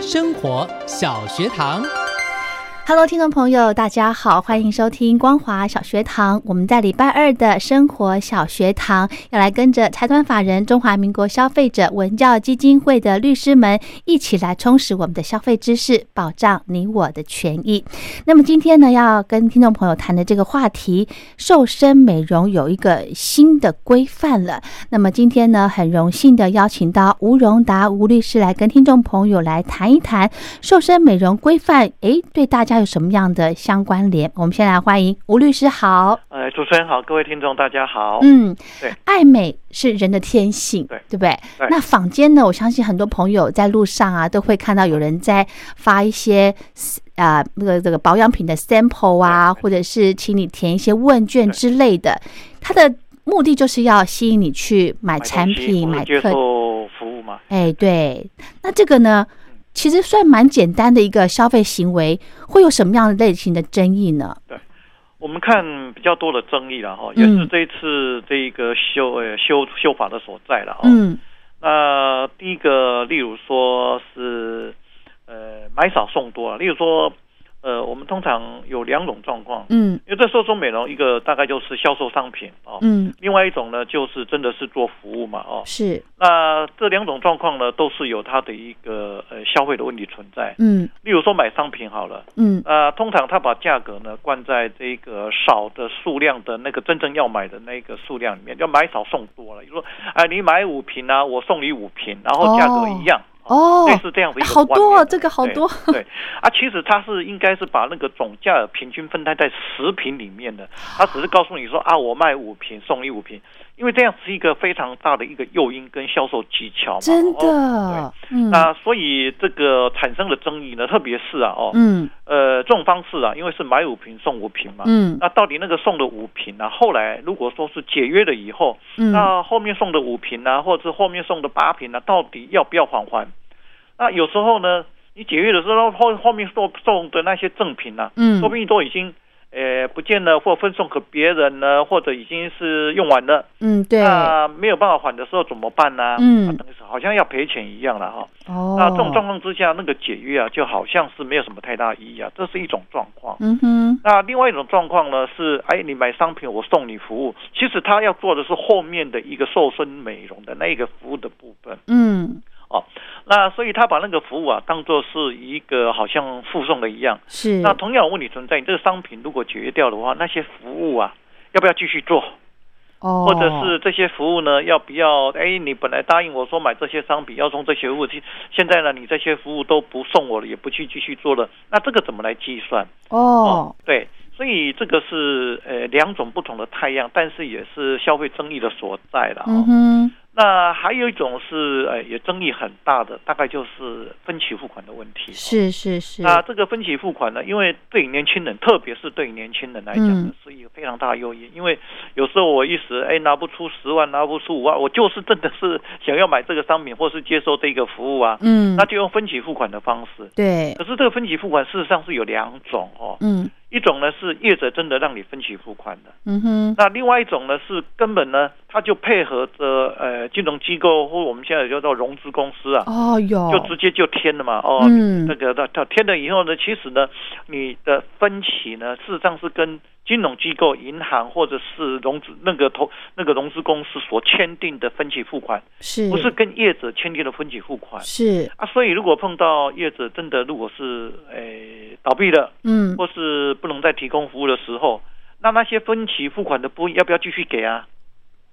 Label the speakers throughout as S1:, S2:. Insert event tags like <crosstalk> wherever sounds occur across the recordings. S1: 生活小学堂，
S2: Hello，听众朋友，大家好，欢迎收听光华小学堂。我们在礼拜二的生活小学堂要来跟着财团法人中华民国消费者文教基金会的律师们一起来充实我们的消费知识，保障你我的权益。那么今天呢，要跟听众朋友谈的这个话题，瘦身美容有一个新的规范了。那么今天呢，很荣幸的邀请到吴荣达吴律师来跟听众朋友来谈一谈瘦身美容规范，诶，对大家有什么样的相关联？我们先来欢迎吴律师好。
S3: 呃，主持人好，各位听众大家好。
S2: 嗯
S3: 对，
S2: 爱美是人的天性，
S3: 对
S2: 不对？
S3: 对
S2: 那坊间呢，我相信很多朋友在路上啊，都会看到有人在发一些啊、呃那个这个保养品的 sample 啊，
S3: 对对
S2: 或者是请你填一些问卷
S3: 对
S2: 之类的，它的目的就是要吸引你去买
S3: 买
S2: 产
S3: 东西
S2: 品、
S3: 或者
S2: 买
S3: 接
S2: 课
S3: 受服务嘛？
S2: 哎，对，那这个呢，其实算蛮简单的一个消费行为，会有什么样类型的争议呢？
S3: 我们看比较多的争议了哈，也
S2: 嗯
S3: 是这一次这一个修呃修修法的所在了哈。
S2: 嗯，
S3: 那第一个，例如说是呃买少送多啊，例如说呃我们通常有两种状况，
S2: 嗯
S3: 因为这瘦身美容一个大概就是销售商品哦，
S2: 嗯，
S3: 另外一种呢就是真的是做服务嘛哦。
S2: 是，
S3: 那这两种状况呢都是有它的一个呃消费的问题存在。
S2: 嗯
S3: 例如说买商品好了，
S2: 嗯
S3: 呃，通常他把价格呢灌在这个少的数量的那个真正要买的那个数量里面，要买少送多了。比如说，哎，你买五瓶啊，我送你五瓶，然后价格一样。
S2: 哦
S3: 类似这样的一个
S2: 好
S3: 观念
S2: 多哦这个好多 <laughs>
S3: 对 <laughs> 对啊，其实它是应该是把那个总价平均分摊在十瓶里面的，它只是告诉你说啊，我卖五瓶送你五瓶，因为这样是一个非常大的一个诱因跟销售技巧嘛。
S2: 真
S3: 哦
S2: 的，嗯
S3: 那所以这个产生了争议呢，特别是啊哦，
S2: 嗯
S3: 呃，这种方式啊，因为是买五瓶送五瓶嘛。
S2: 嗯
S3: 那到底那个送的五瓶啊，后来如果说是解约了以后，
S2: 嗯，
S3: 那后面送的五瓶啊，或者是后面送的八瓶啊，到底要不要返还？那有时候呢，你解约的时候，后后面送送的那些赠品啊，
S2: 嗯
S3: 说不定都已经呃不见了，或分送给别人了，或者已经是用完了，
S2: 嗯对，
S3: 那没有办法还的时候怎么办呢、
S2: 嗯
S3: 啊等于是好像要赔钱一样了哈、
S2: 哦，
S3: 那这种状况之下，那个解约啊，就好像是没有什么太大意义啊，这是一种状况。
S2: 嗯哼，
S3: 那另外一种状况呢是，哎，你买商品我送你服务，其实他要做的是后面的一个瘦身美容的那一个服务的部分。
S2: 嗯
S3: 那所以他把那个服务啊当做是一个好像附送的一样。
S2: 是，
S3: 那同样的问题存在，你这个商品如果解约掉的话，那些服务啊要不要继续做？
S2: 哦，
S3: 或者是这些服务呢，要不要？哎，你本来答应我说买这些商品要送这些服务，其现在呢，你这些服务都不送我了，也不去继续做了，那这个怎么来计算？
S2: 哦，
S3: 对，所以这个是呃两种不同的太阳，但是也是消费争议的所在了、哦。
S2: 嗯哼，
S3: 那还有一种是呃也争议很大的，大概就是分期付款的问题、哦。
S2: 是是是，
S3: 那这个分期付款呢，因为对年轻人，特别是对年轻人来讲呢
S2: 嗯，
S3: 是一个非常大的诱因。因为有时候我一时哎拿不出十万，拿不出五万，我就是真的是想要买这个商品或是接受这个服务啊，
S2: 嗯
S3: 那，就用分期付款的方式。
S2: 对，
S3: 可是这个分期付款事实上是有两种哦，
S2: 嗯
S3: 一种呢是业者真的让你分期付款的，
S2: 嗯哼，
S3: 那另外一种呢是根本呢他就配合着呃金融机构或我们现在叫做融资公司啊，
S2: 哦哟，
S3: 就直接就添了嘛，哦，
S2: 嗯
S3: 那个到到添了以后呢，其实呢，你的分歧呢，事实上是跟金融机构、银行或者是融资那个投那个融资公司所签订的分期付款，
S2: 是
S3: 不是跟业者签订的分期付款
S2: 是，
S3: 啊？所以如果碰到业者真的如果是诶、倒闭了，
S2: 嗯
S3: 或是不能再提供服务的时候，那那些分期付款的部分要不要继续给啊？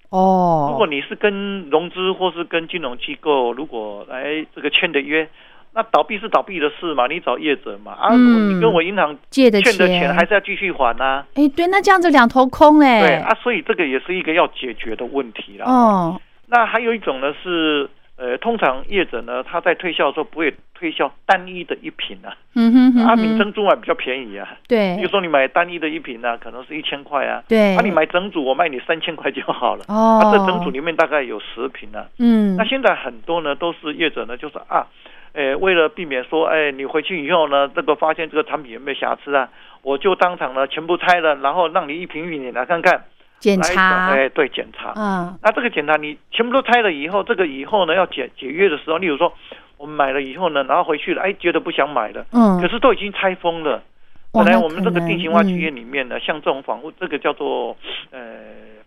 S4: 哦，
S3: 如果你是跟融资或是跟金融机构，如果来这个签的约，那倒闭是倒闭的事嘛，你找业者嘛啊，
S2: 嗯
S3: 你跟我银行
S2: 借的
S3: 欠的钱还是要继续还啊，
S2: 哎，对，那这样子两头空欸嘞。
S3: 对啊，所以这个也是一个要解决的问题啦。
S2: 哦，
S3: 那还有一种呢是，呃，通常业者呢他在推销的时候不会推销单一的一品啊，
S2: 嗯哼哼
S3: 啊，
S2: 哼
S3: 你珍珠奶比较便宜啊，比
S2: 对
S3: 如说你买单一的一瓶呢、啊，可能是一千块啊，
S2: 对，
S3: 啊，你买整组我卖你三千块就好了。
S2: 哦，
S3: 啊，这整组里面大概有十瓶啊。
S2: 嗯
S3: 那现在很多呢都是业者呢，就是啊，呃，为了避免说，哎，你回去以后呢，这个发现这个产品有没有瑕疵啊，我就当场呢全部拆了，然后让你一瓶一瓶来看看，
S2: 检
S3: 来
S2: 查，
S3: 哎，对，检查。
S2: 嗯
S3: 那这个检查你全部都拆了以后，这个以后呢要解解约的时候，例如说我们买了以后呢，然后回去了，哎，觉得不想买了，
S2: 嗯，
S3: 可是都已经拆封了。
S2: 哇
S3: 本来
S2: 那
S3: 我们
S2: 可
S3: 这个
S2: 能
S3: 定型化
S2: 嗯
S3: 企业里面呢，像这种访问，这个叫做呃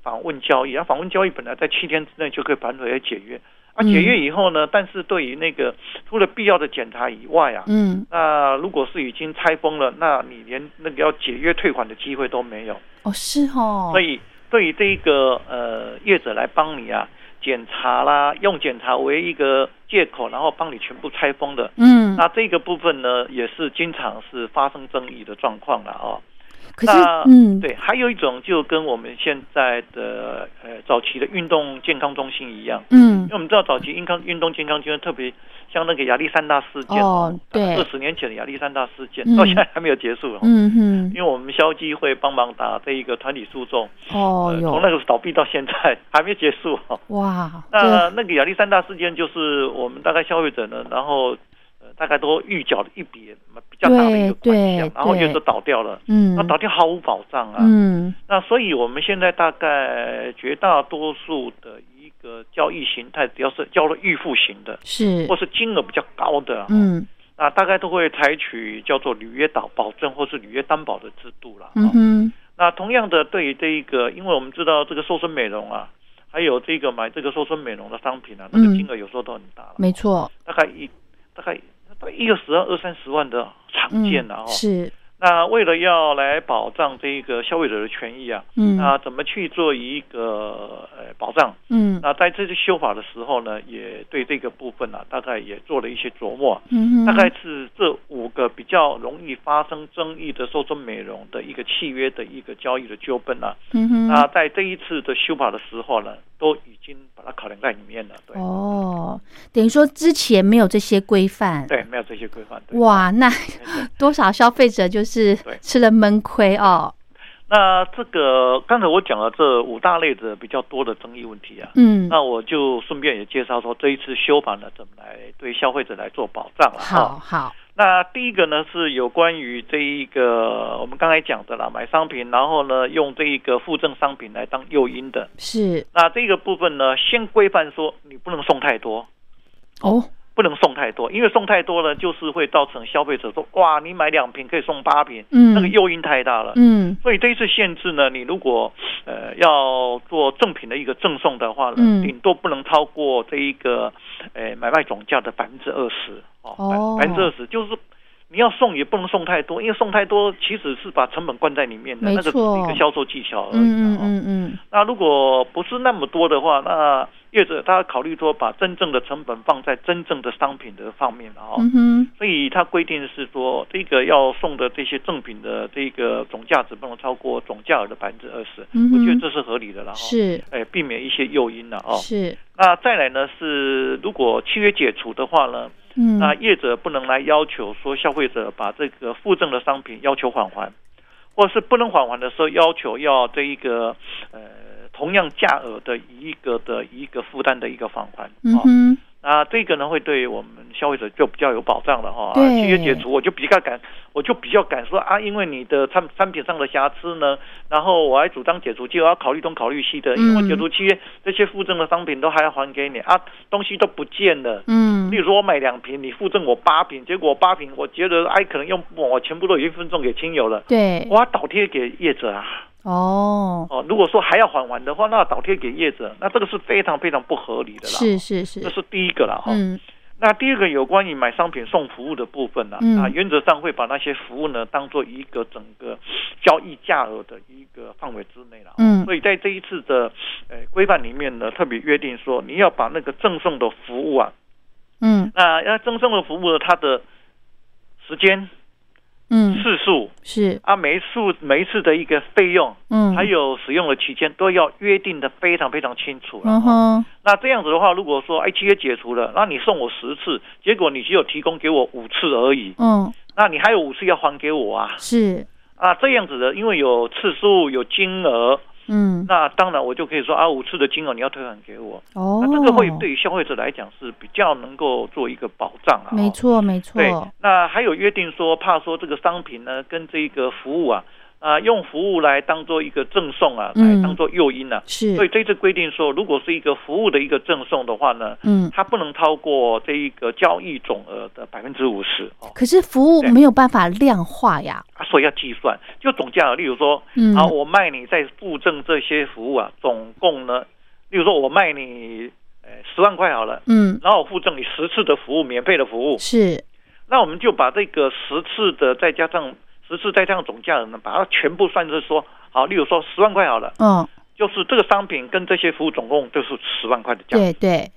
S3: 访问交易，啊，访问交易本来在七天之内就可以反悔来解约，啊，
S2: 嗯
S3: 解约以后呢，但是对于那个除了必要的检查以外啊，
S2: 嗯，
S3: 那如果是已经拆封了，那你连那个要解约退款的机会都没有，
S2: 哦是哦，
S3: 所以对于这一个呃业者来帮你啊检查啦，用检查为一个借口，然后帮你全部拆封的，
S2: 嗯，
S3: 那这个部分呢，也是经常是发生争议的状况了哦。
S2: 可是
S3: 那
S2: 嗯，
S3: 对，还有一种就跟我们现在的呃早期的运动健康中心一样，
S2: 嗯
S3: 因为我们知道早期运康运动健康中心特别像那个亚历山大事件呃
S2: 哦对
S3: 二十年前的亚历山大事件
S2: 嗯
S3: 到现在还没有结束哦。
S2: 嗯哼
S3: 因为我们消基会帮忙打这一个团体诉讼，
S2: 哦
S3: 呃从
S2: 哟
S3: 那个倒闭到现在还没结束哦。
S2: 哇，
S3: 那那个亚历山大事件就是我们大概消费者呢，然后呃大概都预缴了一笔比较大的一个款
S2: 对
S3: 项
S2: 对，
S3: 然后
S2: 对
S3: 又都倒掉了，
S2: 嗯
S3: 那倒掉毫无保障啊。
S2: 嗯
S3: 那所以我们现在大概绝大多数的一个交易形态，只要是交了预付型的，
S2: 是
S3: 或是金额比较高的，，啊
S2: 嗯
S3: 那大概都会采取叫做履约保保证或是履约担保的制度啦。
S2: 嗯
S3: 哦
S2: 哼
S3: 那同样的，对于这一个，因为我们知道这个瘦身美容啊，还有这个买这个瘦身美容的商品啊，那个
S2: 嗯
S3: 金额有时候都很大了，
S2: 没错，
S3: 大概一大概大概一个十二二三十万的常
S2: 嗯
S3: 见了哦。
S2: 是
S3: 那为了要来保障这个消费者的权益啊，
S2: 嗯
S3: 那怎么去做一个呃保障？
S2: 嗯
S3: 那在这次修法的时候呢，也对这个部分啊，大概也做了一些琢磨。
S2: 嗯哼
S3: 大概是这五个比较容易发生争议的瘦身美容的一个契约的一个交易的纠纷啊，
S2: 嗯哼
S3: 那在这一次的修法的时候呢，都已经把它考量在里面了。对，
S2: 哦，等于说之前没有这些规范。
S3: 对，没有这些规范。对，
S2: 哇，那
S3: 没错
S2: <laughs> 多少消费者就是
S3: 对
S2: 吃了闷亏哦。
S3: 那这个刚才我讲了这五大类的比较多的争议问题啊，
S2: 嗯，
S3: 那我就顺便也介绍说，这一次修法呢，怎么来对消费者来做保障了。
S2: 好
S3: 哦，
S2: 好，
S3: 那第一个呢是有关于这一个我们刚才讲的啦，买商品，然后呢用这一个附赠商品来当诱因的。
S2: 是
S3: 那这个部分呢，先规范说你不能送太多，
S2: 哦，
S3: 不能送太多，因为送太多呢，就是会造成消费者说，哇，你买两瓶可以送八瓶，
S2: 嗯
S3: 那个诱因太大了。
S2: 嗯
S3: 所以这一次限制呢，你如果呃要做正品的一个赠送的话呢，
S2: 嗯
S3: 顶多不能超过这一个呃买卖总价的百分之二十
S2: 哦
S3: 哦，百分之二十就是你要送也不能送太多，因为送太多其实是把成本灌在里面的，
S2: 没
S3: 那个只是一
S2: 错
S3: 个销售技巧而已啊、
S2: 嗯
S3: 哦
S2: 嗯嗯
S3: 那如果不是那么多的话，那业者他考虑说把真正的成本放在真正的商品的方面了哦。
S2: 嗯哼，
S3: 所以它规定是说，这个要送的这些赠品的这个总价值不能超过总价额的百分之二十，
S2: 嗯哼
S3: 我觉得这是合理的了哈。，
S2: 是
S3: 哎，避免一些诱因了哦。
S2: 是，
S3: 那再来呢是，如果契约解除的话呢，
S2: 嗯
S3: 那业者不能来要求说消费者把这个附赠的商品要求返还，或是不能返还的时候要求要这一个呃同样价额的一个的一个负担的一个返还。
S2: 嗯
S3: 哦
S2: 哼，
S3: 那这个呢，会对我们消费者就比较有保障了哈、
S2: 对
S3: 啊。契约解除，我就比较敢，我就比较敢说啊，因为你的产产品上的瑕疵呢，然后我还主张解除，就要考虑东考虑西的，
S2: 嗯
S3: 因为解除契约，这些附赠的商品都还要还给你啊，东西都不见了。
S2: 嗯
S3: 例如说我买两瓶，你附赠我八瓶，结果我八瓶我觉得哎可能用不完，我全部都已经分送给亲友了，
S2: 对
S3: 我要倒贴给业者啊。
S2: 哦，
S3: 哦，如果说还要还完的哦话，那倒贴给业者，那这个是非常非常不合理的啦。哦
S2: 是是是
S3: 这，是第一个啦哈、
S2: 嗯
S3: 那第二个有关于买商品送服务的部分呢、啊，
S2: 嗯
S3: 原则上会把那些服务呢当做一个整个交易价额的一个范围之内了。
S2: 嗯
S3: 所以在这一次的呃规范里面呢，特别约定说，你要把那个赠送的服务啊，
S2: 嗯
S3: 那要赠送的服务呢，它的时间、
S2: 嗯，
S3: 次数
S2: 是，
S3: 啊，每一次每一次的一个费用，
S2: 嗯，
S3: 还，有使用的期间，都要约定的非常非常清楚了。哦
S2: 嗯哼，
S3: 那这样子的话，如果说哎契约解除了，那你送我十次，结果你只有提供给我五次而已，
S2: 嗯，
S3: 那你还有五次要还给我啊
S2: 是，
S3: 啊！这样子的，因为有次数有金额，
S2: 嗯，
S3: 那当然我就可以说啊，五次的金额你要退还给我。
S2: 哦，
S3: 那这个会对于消费者来讲是比较能够做一个保障啊、
S2: 没。错，没
S3: 对
S2: 错，，
S3: 那还有约定说，怕说这个商品呢跟这个服务啊啊、用服务来当做一个赠送啊，
S2: 嗯
S3: 来当做诱因啊。所以
S2: 是，
S3: 这次规定说，如果是一个服务的一个赠送的话呢，
S2: 嗯，
S3: 它不能超过这一个交易总额的百分之五十哦，
S2: 可是服务
S3: 对
S2: 没有办法量化呀，
S3: 啊所以要计算。就总价，例如说，
S2: 嗯，
S3: 啊，我卖你再附赠这些服务啊，总共呢，例如说我卖你呃十万块好了，
S2: 嗯，
S3: 然后我附赠你十次的服务，免费的服务，
S2: 是，
S3: 那我们就把这个十次的再加上十次再加上总价额呢，把它全部算是说，好，例如说十万块好了，
S2: 嗯，
S3: 就是这个商品跟这些服务总共就是十万块的价。
S2: 对对，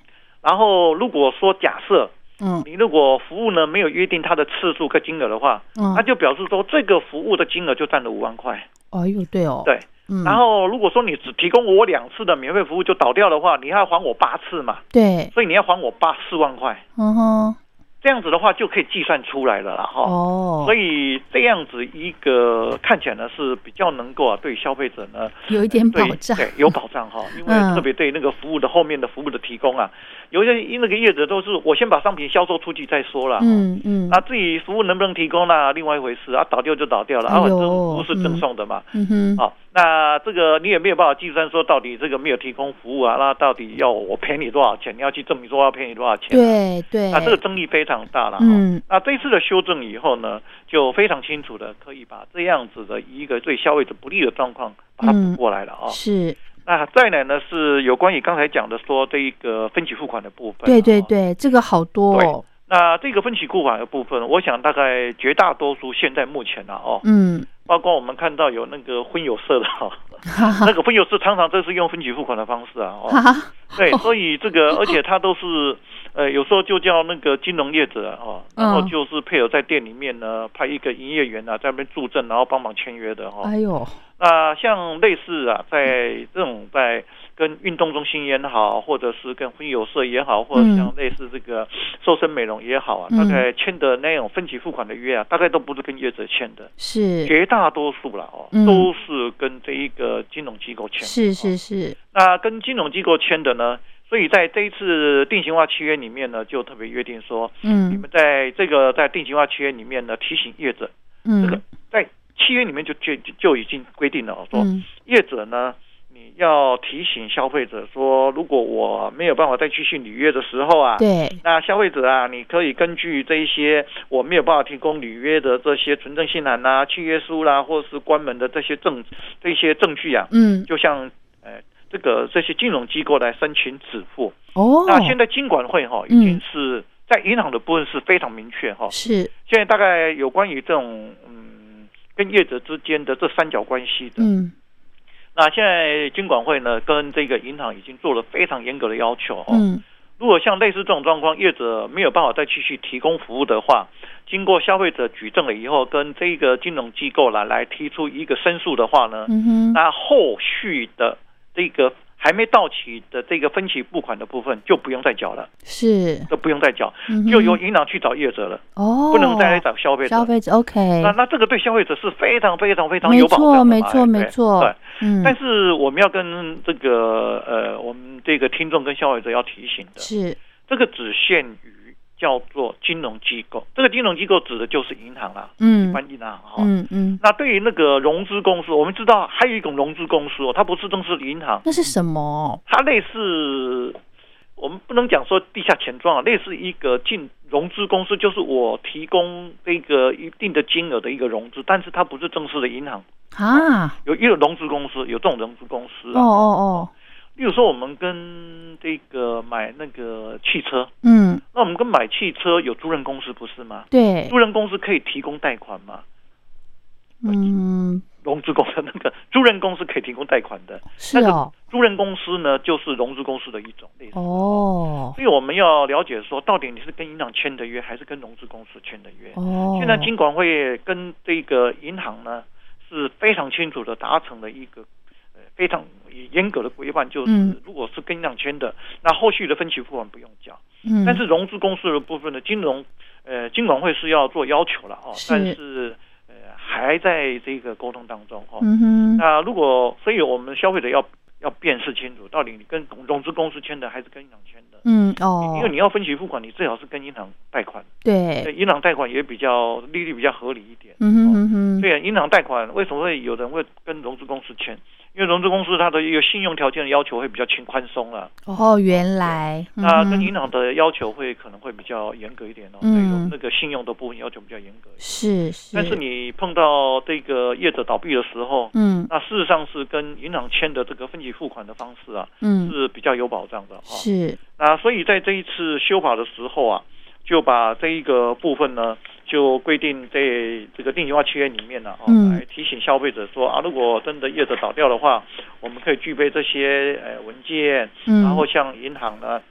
S3: 然后如果说假设
S2: 嗯
S3: 你如果服务呢没有约定它的次数跟金额的话，
S2: 嗯
S3: 那，就表示说这个服务的金额就占了五万块。
S2: 哦呦，对哦，
S3: 对，
S2: 嗯，
S3: 然后如果说你只提供我两次的免费服务就倒掉的话，你还要还我八次嘛，
S2: 对，
S3: 所以你要还我八四万块。
S2: 嗯哼，
S3: 这样子的话就可以计算出来了啦哈。
S2: 哦，
S3: 所以这样子一个看起来呢是比较能够啊对消费者呢
S2: 有一点保
S3: 对啊
S2: 障，
S3: 对，有保障哈，因
S2: 嗯
S3: 为特别对那个服务的后面的服务的提供啊，有一些因为那个业者都是我先把商品销售出去再说了，，
S2: 嗯嗯
S3: 那至于啊服务能不能提供那另外一回事啊，倒掉就倒掉了，啊，
S2: 哎
S3: 反
S2: 呦
S3: 正服务是赠送的嘛，
S2: 嗯哼，
S3: 好、那这个你也没有办法计算说到底这个没有提供服务啊，那到底要我赔你多少钱？你要去证明说要赔你多少钱、啊？
S2: 对对，
S3: 那这个争议非常大了、哦，
S2: 嗯
S3: 那这一次的修正以后呢，就非常清楚的可以把这样子的一个对消费者不利的状况把它补过来了啊、
S2: 是，
S3: 那再来呢是有关于刚才讲的说这一个分期付款的部分、啊
S2: 对对。对，这个好多哦，
S3: 那这个分期付款的部分，我想大概绝大多数现在目前啊哦，
S2: 嗯，
S3: 包括我们看到有那个婚友社的
S2: <laughs>
S3: 哦，
S2: 哈哈
S3: 那个婚友社常常都是用分期付款的方式啊哦，
S2: 哈哈，
S3: 对，所以这个而且它都是呃有时候就叫那个金融业者啊哦，然后
S2: 嗯
S3: 就是配合在店里面呢派一个营业员啊在那边助阵，然后帮忙签约的哦。
S2: 哎呦，
S3: 那像类似啊，在这种在跟运动中心也好，或者是跟婚友社也好，或者像类似这个瘦身美容也好啊，
S2: 嗯
S3: 大概签的那种分期付款的约啊，大概都不是跟业者签的，
S2: 是
S3: 绝大多数啦哦，
S2: 嗯
S3: 都是跟这一个金融机构签的。
S2: 是
S3: 哦
S2: 是是，
S3: 那跟金融机构签的呢，所以在这一次定型化契约里面呢，就特别约定说，你
S2: 嗯
S3: 们在这个在定型化契约里面呢，提醒业者，这个
S2: 嗯
S3: 在契约里面就就就就已经规定了哦说。
S2: 嗯
S3: 业者呢，你要提醒消费者说，如果我没有办法再继续履约的时候啊，
S2: 对，
S3: 那消费者啊，你可以根据这一些我没有办法提供履约的这些存证信函啦、契约书啦、或者是关门的这些证这些证据啊，
S2: 嗯
S3: 就像呃这个这些金融机构来申请止付。
S2: 哦，
S3: 那现在金管会哈、已经是在银行的部分是非常明确哈、
S2: 是
S3: 现在大哦概有关于这种嗯跟业者之间的这三角关系的。
S2: 嗯
S3: 那现在金管会呢，跟这个银行已经做了非常严格的要求哦。
S2: 嗯
S3: 如果像类似这种状况，业者没有办法再继续提供服务的话，经过消费者举证了以后，跟这个金融机构来来提出一个申诉的话呢， <laughs>
S2: 嗯哼，
S3: 那后续的这个还没到期的这个分期付款的部分就不用再缴了，
S2: 是
S3: 就不用再缴，
S2: 嗯哼
S3: 就由银行去找业者了，
S2: 哦，
S3: 不能再来找消费者。
S2: 消费者 OK，
S3: 那那这个对消费者是非常非常非常
S2: 没
S3: 有保
S2: 错
S3: 障的嘛
S2: 没错
S3: 哎
S2: 没
S3: 对
S2: 错
S3: 对。
S2: 嗯
S3: 但是我们要跟这个呃，我们这个听众跟消费者要提醒的，
S2: 是
S3: 这个只限于叫做金融机构，这个金融机构指的就是银行啦，
S2: 嗯
S3: 翻译银行哈。
S2: 嗯嗯，
S3: 那对于那个融资公司，我们知道还有一种融资公司哦，它不是正式的银行，
S2: 那是什么？
S3: 它类似我们不能讲说地下钱庄啊，类似一个进融资公司，就是我提供这个一定的金额的一个融资，但是它不是正式的银行，
S2: 啊，
S3: 有一个融资公司，有这种融资公司、
S2: 哦
S3: 啊。
S2: 哦哦，
S3: 例如说，我们跟这个买那个汽车，
S2: 嗯，
S3: 那我们跟买汽车有租赁公司不是吗？
S2: 对
S3: 租，赁公司可以提供贷款吗？
S2: 嗯，
S3: 融资公司那个租赁公司可以提供贷款的，
S2: 是哦，
S3: 租赁公司呢就是融资公司的一种类似。
S2: 哦，
S3: 所以我们要了解说，到底你是跟银行签的约，还是跟融资公司签的约？
S2: 哦，
S3: 现在金管会跟这个银行呢是非常清楚的达成了一个呃非常严格的规范，就是
S2: 嗯
S3: 如果是跟银行签的，那后续的分期付款不用交。
S2: 嗯，
S3: 但是融资公司的部分呢，金融呃金管会是要做要求了哦，
S2: 是
S3: 但是呃还在这个沟通当中哦。
S2: 嗯哼，
S3: 那如果所以我们消费者要要辨识清楚，到底你跟融资公司签的还是跟银行签的。
S2: 嗯哦，
S3: 因为你要分期付款，你最好是跟银行贷款，呃
S2: 对，
S3: 银行贷款也比较利率比较合理一点。
S2: 嗯哼嗯哼，
S3: 对啊，银行贷款为什么会有人会跟融资公司签？因为融资公司它的一个信用条件的要求会比较轻宽松啊了、
S2: 哦，原来，
S3: 啊那
S2: 嗯
S3: 跟
S2: 哼
S3: 银行的要求会可能会比较严格一点哦，
S2: 嗯
S3: 对，有那个信用的部分要求比较严格一点。
S2: 是是，
S3: 但是你碰到这个业者倒闭的时候，
S2: 嗯
S3: 那事实上是跟银行签的这个分期付款的方式啊
S2: 嗯
S3: 是比较有保障的哈、哦。
S2: 是
S3: 那所以在这一次修法的时候啊，就把这一个部分呢，就规定在这个定型化契约里面呢、啊，哦、
S2: 嗯
S3: 来提醒消费者说啊，如果真的业者倒掉的话，我们可以具备这些呃文件，
S2: 嗯
S3: 然后向银行呢。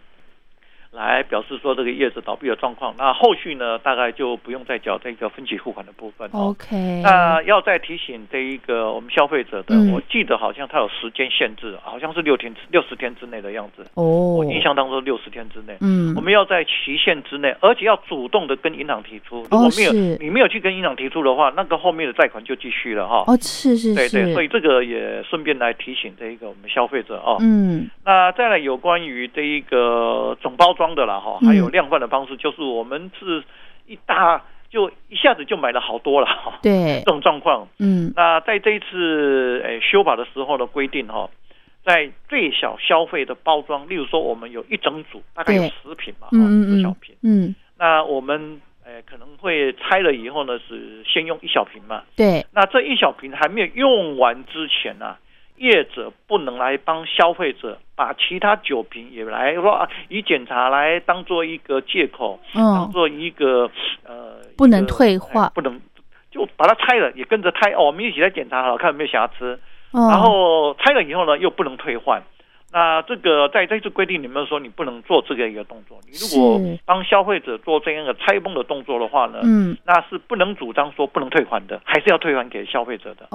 S3: 来表示说这个业者倒闭的状况，那后续呢，大概就不用再缴这个分期付款的部分哦。
S2: OK，
S3: 那要再提醒这一个我们消费者的，
S2: 嗯
S3: 我记得好像它有时间限制，好像是六天六十天之内的样子。
S2: 哦
S3: 我，印象当中六十天之内，
S2: 嗯
S3: 我们要在期限之内，而且要主动的跟银行提出。如果没有、
S2: 哦是
S3: 你没有去跟银行提出的话，那个后面的贷款就继续了哈。
S2: 哦是是
S3: 对对，所
S2: 是，
S3: 以这个也顺便来提醒这一个我们消费者哦。
S2: 嗯
S3: 那再来有关于这一个总包装的啦哈，
S2: 嗯
S3: 还有量贩的方式，就是我们是一大就一下子就买了好多了哈。
S2: 对
S3: <laughs> 这，种状况，
S2: 嗯
S3: 那在这一次诶修法的时候的规定哈、在最小消费的包装，例如说我们有一整组，大概有
S2: 对
S3: 十瓶嘛，哈、
S2: 嗯
S3: 十
S2: 嗯
S3: 小
S2: 嗯
S3: 瓶。
S2: 嗯
S3: 那我们诶可能会拆了以后呢，是先用一小瓶嘛。
S2: 对，
S3: 那这一小瓶还没有用完之前呢、啊业者不能来帮消费者把其他酒瓶也来说啊以检查来当做一个借口，当
S2: 嗯
S3: 做一个呃
S2: 不能
S3: 一个
S2: 退化
S3: 哎不能就把它拆了，也跟着拆哦。我们一起来检查好了，看有没有瑕疵。
S2: 嗯，
S3: 然后拆了以后呢，又不能退换。那这个在这次规定里面说，你不能做这个一个动作。你如果
S2: 是
S3: 帮消费者做这样一个拆封的动作的话呢，
S2: 嗯
S3: 那是不能主张说不能退还的，还是要退还给消费者的。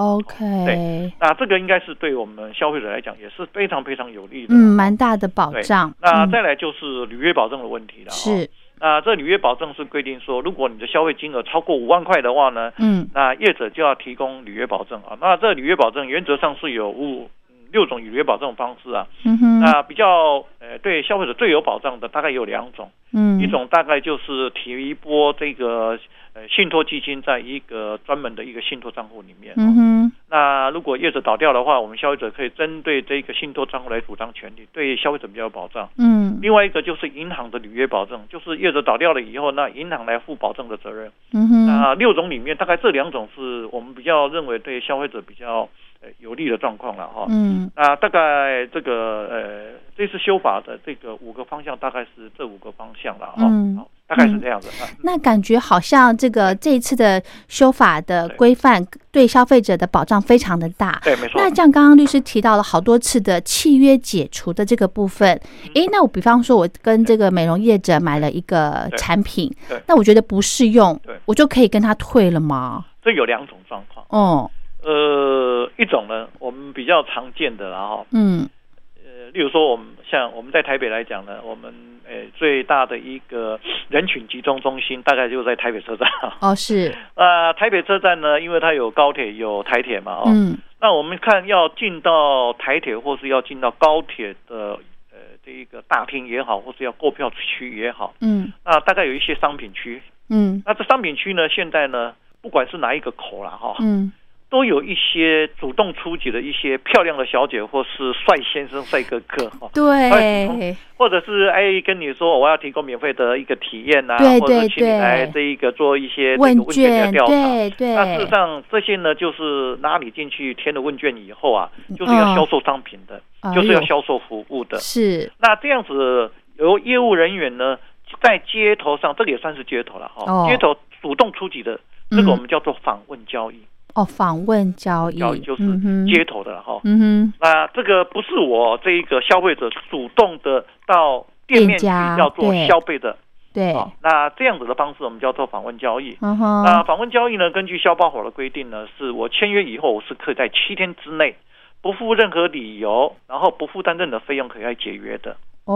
S2: OK，
S3: 那这个应该是对我们消费者来讲也是非常非常有利的。
S2: 嗯蛮大的保
S3: 对
S2: 障，
S3: 那
S2: 嗯
S3: 再来就是履约保证的问题了、哦。
S2: 是
S3: 那这履约保证是规定说，如果你的消费金额超过五万块的话呢，
S2: 嗯
S3: 那业者就要提供履约保证啊。那这履约保证原则上是有五嗯六种履约保证方式啊。
S2: 嗯哼
S3: 那比较呃对消费者最有保障的大概有两种，
S2: 嗯
S3: 一种大概就是提拨这个呃信托基金在一个专门的一个信托账户里面、
S2: 嗯
S3: 哦。
S2: 哼
S3: 那如果业者倒掉的话，我们消费者可以针对这个信托账户来主张权利，对消费者比较有保障。
S2: 嗯
S3: 另外一个就是银行的履约保证，就是业者倒掉了以后，那银行来负保证的责任。
S2: 嗯哼
S3: 那六种里面，大概这两种是我们比较认为对消费者比较呃有利的状况了哈。
S2: 嗯
S3: 那大概这个呃，这次修法的这个五个方向，大概是这五个方向了哈。
S2: 嗯
S3: 好大概是这样子。啊
S2: 那感觉好像这个这一次的修法的规范对消费者的保障非常的大。
S3: 对，没错。
S2: 那像刚刚律师提到了好多次的契约解除的这个部分，
S3: 嗯
S2: 诶，那我比方说我跟这个美容业者买了一个
S3: 对
S2: 产品
S3: 对，
S2: 那我觉得不适用
S3: 对，
S2: 我就可以跟他退了吗？
S3: 这有两种状况。
S2: 哦，
S3: 呃，一种呢，我们比较常见的然后
S2: 嗯
S3: 呃，例如说我们像我们在台北来讲呢，我们呃最大的一个人群集中中心，大概就在台北车站。 <laughs>
S2: 哦是，
S3: 呃，台北车站呢，因为它有高铁有台铁嘛，哦，
S2: 嗯
S3: 那我们看要进到台铁或是要进到高铁的呃这一个大厅也好，或是要购票区也好，
S2: 嗯
S3: 那大概有一些商品区。
S2: 嗯
S3: 那这商品区呢，现在呢，不管是哪一个口啦哈，
S2: 嗯
S3: 都有一些主动出击的一些漂亮的小姐，或是帅先生、帅哥哥哈。
S2: 对，
S3: 或者是哎跟你说我要提供免费的一个体验呐、
S2: 对
S3: 或者
S2: 对
S3: 是请你
S2: 对
S3: 来这一个做一些这个
S2: 问
S3: 问卷的调查。
S2: 对对，
S3: 那事实上，这些呢，就是拉你进去填了问卷以后啊，就是要销售商品的，
S2: 嗯哦哎
S3: 就是要
S2: 呦
S3: 销售服务的。
S2: 是
S3: 那这样子，由业务人员呢，在街头上，这个也算是街头了哈、
S2: 哦
S3: 街头主动出击的，这
S2: 嗯
S3: 个我们叫做访问交易，
S2: 哦，访问交易，
S3: 交易就是
S2: 嗯哼
S3: 街头的了哈、
S2: 嗯
S3: 那这个不是我这一个消费者主动的到店面去
S2: 店家
S3: 要做
S2: 对
S3: 消费的，
S2: 哼，对，
S3: 哦，那这样子的方式我们叫做访问交易。
S2: 嗯哼，
S3: 那访问交易呢，根据消保法的规定呢，是我签约以后，我是可以在七天之内不付任何理由，然后不负担任何费用，可以来解约的。
S2: 哦，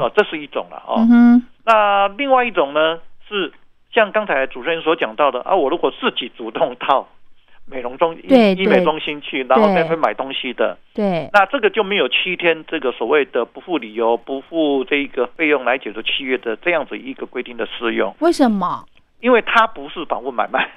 S3: 哦，这是一种了哦。
S2: 嗯哼，
S3: 那另外一种呢，是像刚才主持人所讲到的啊，我如果自己主动到美容中医
S2: 对
S3: 医
S2: 对
S3: 美中心去，然后
S2: 对
S3: 再去买东西的，
S2: 对，
S3: 那这个就没有七天这个所谓的不付理由、不付这个费用来解除契约的这样子一个规定的适用，
S2: 为什么？
S3: 因为它不是访问买卖，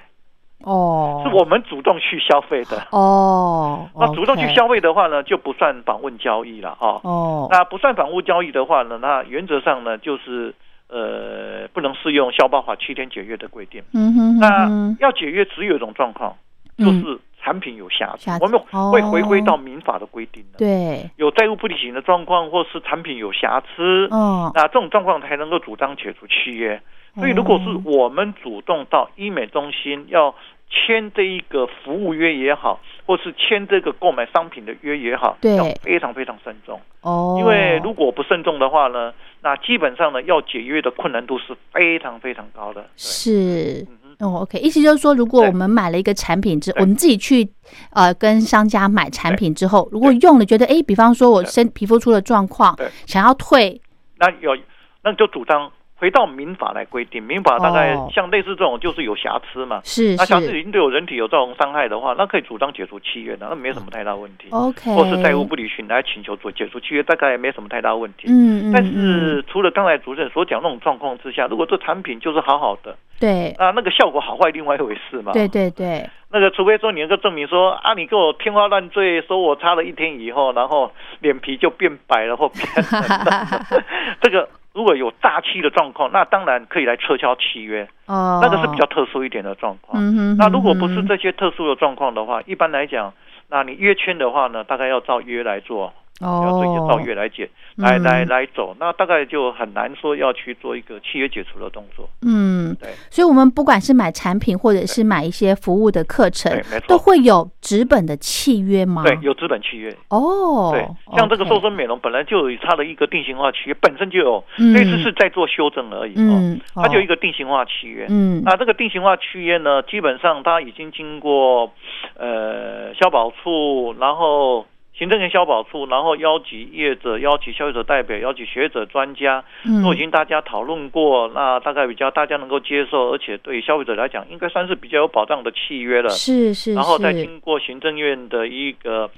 S2: 哦，
S3: 是我们主动去消费的。
S2: 哦，
S3: 那主动去
S2: OK，
S3: 消费的话呢，就不算访问交易了哦。
S2: 哦，
S3: 那不算反物交易的话呢，那原则上呢就是呃不能适用消保法七天解约的规定。
S2: 嗯哼嗯
S3: 那
S2: 哼，
S3: 要解约只有一种状况，
S2: 嗯
S3: 就是产品有瑕疵
S2: 瑕，疵
S3: 我们会
S2: 哦
S3: 回归到民法的规定的，
S2: 对，
S3: 有债务不履行的状况，或是产品有瑕疵，
S2: 哦，
S3: 那这种状况才能够主张解除契约。所以，如果
S2: 哦
S3: 是我们主动到医美中心要签这一个服务约也好，或是签这个购买商品的约也好，
S2: 对
S3: 要非常非常慎重。
S2: 哦，
S3: 因为如果不慎重的话呢，那基本上呢要解约的困难度是非常非常高的。对，
S2: 是。
S3: 嗯哼，
S2: 哦，OK，意思就是说，如果
S3: 对
S2: 我们买了一个产品之，
S3: 对
S2: 我们自己去呃跟商家买产品之后，如果用了觉得，诶，比方说我
S3: 对
S2: 身皮肤出了状况
S3: 对，
S2: 想要退，
S3: 那有那就主张回到民法来规定，民法大概
S2: 哦
S3: 像类似这种就是有瑕疵嘛，
S2: 是
S3: 那瑕疵
S2: 是
S3: 已经对我人体有造成伤害的话，那可以主张解除契约的，那没什么太大问题。
S2: 哦，OK，
S3: 或是债务不履行来请求做解除契约，大概也没什么太大问题。
S2: 嗯，嗯，
S3: 但
S2: 嗯
S3: 是除了刚才主任所讲那种状况之下，如果这产品就是好好的，
S2: 对
S3: 啊，那个效果好坏另外一回事嘛。
S2: 对对对，
S3: 那个除非说你能够证明说啊，你给我天花乱坠，说我擦了一天以后，然后脸皮就变白了
S2: <laughs>
S3: 或变嫩了这个如果有诈欺的状况，那当然可以来撤销契约，
S2: 哦，
S3: 那个是比较特殊一点的状况。
S2: 嗯哼，
S3: 那如果不是
S2: 嗯哼
S3: 这些特殊的状况的话，一般来讲，那你约签的话呢，大概要照约来做，要
S2: 哦，
S3: 这些照约来解，来
S2: 嗯
S3: 来来走，那大概就很难说要去做一个契约解除的动作。
S2: 嗯
S3: 对，
S2: 所以我们不管是买产品或者是买一些服务的课程
S3: 对没，错
S2: 都会有纸本的契约吗？
S3: 对，有资本契约，
S2: 啊哦，
S3: 对，像这个
S2: OK
S3: 瘦身美容本来就有它的一个定型化契约，本身就有，
S2: 嗯
S3: 这次是在做修正而已哦。
S2: 嗯，
S3: 它就有一
S2: 个
S3: 个定型化契约。
S2: 嗯
S3: 那这个定型化契约呢，基本上它已经经过呃消保处，然后行政院消保处，然后邀集业者、邀集消费者代表、邀集学者、专家，
S2: 嗯
S3: 都已经大家讨论过。那大概比较大家能够接受，而且对消费者来讲，应该算是比较有保障的契约了。
S2: 是是，
S3: 然后再
S2: 是
S3: 经过行政院的一个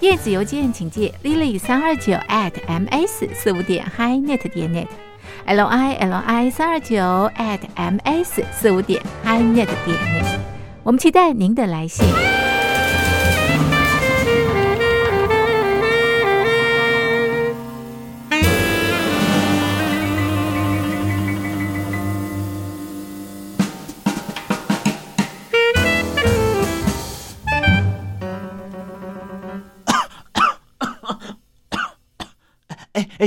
S5: 电子邮件请寄 lily 三二九 at m s 四五点 hi net 点 net l i l i 三二九 at m s 四五点 hi net 点 net。我们期待您的来信。
S6: 啊哎哎，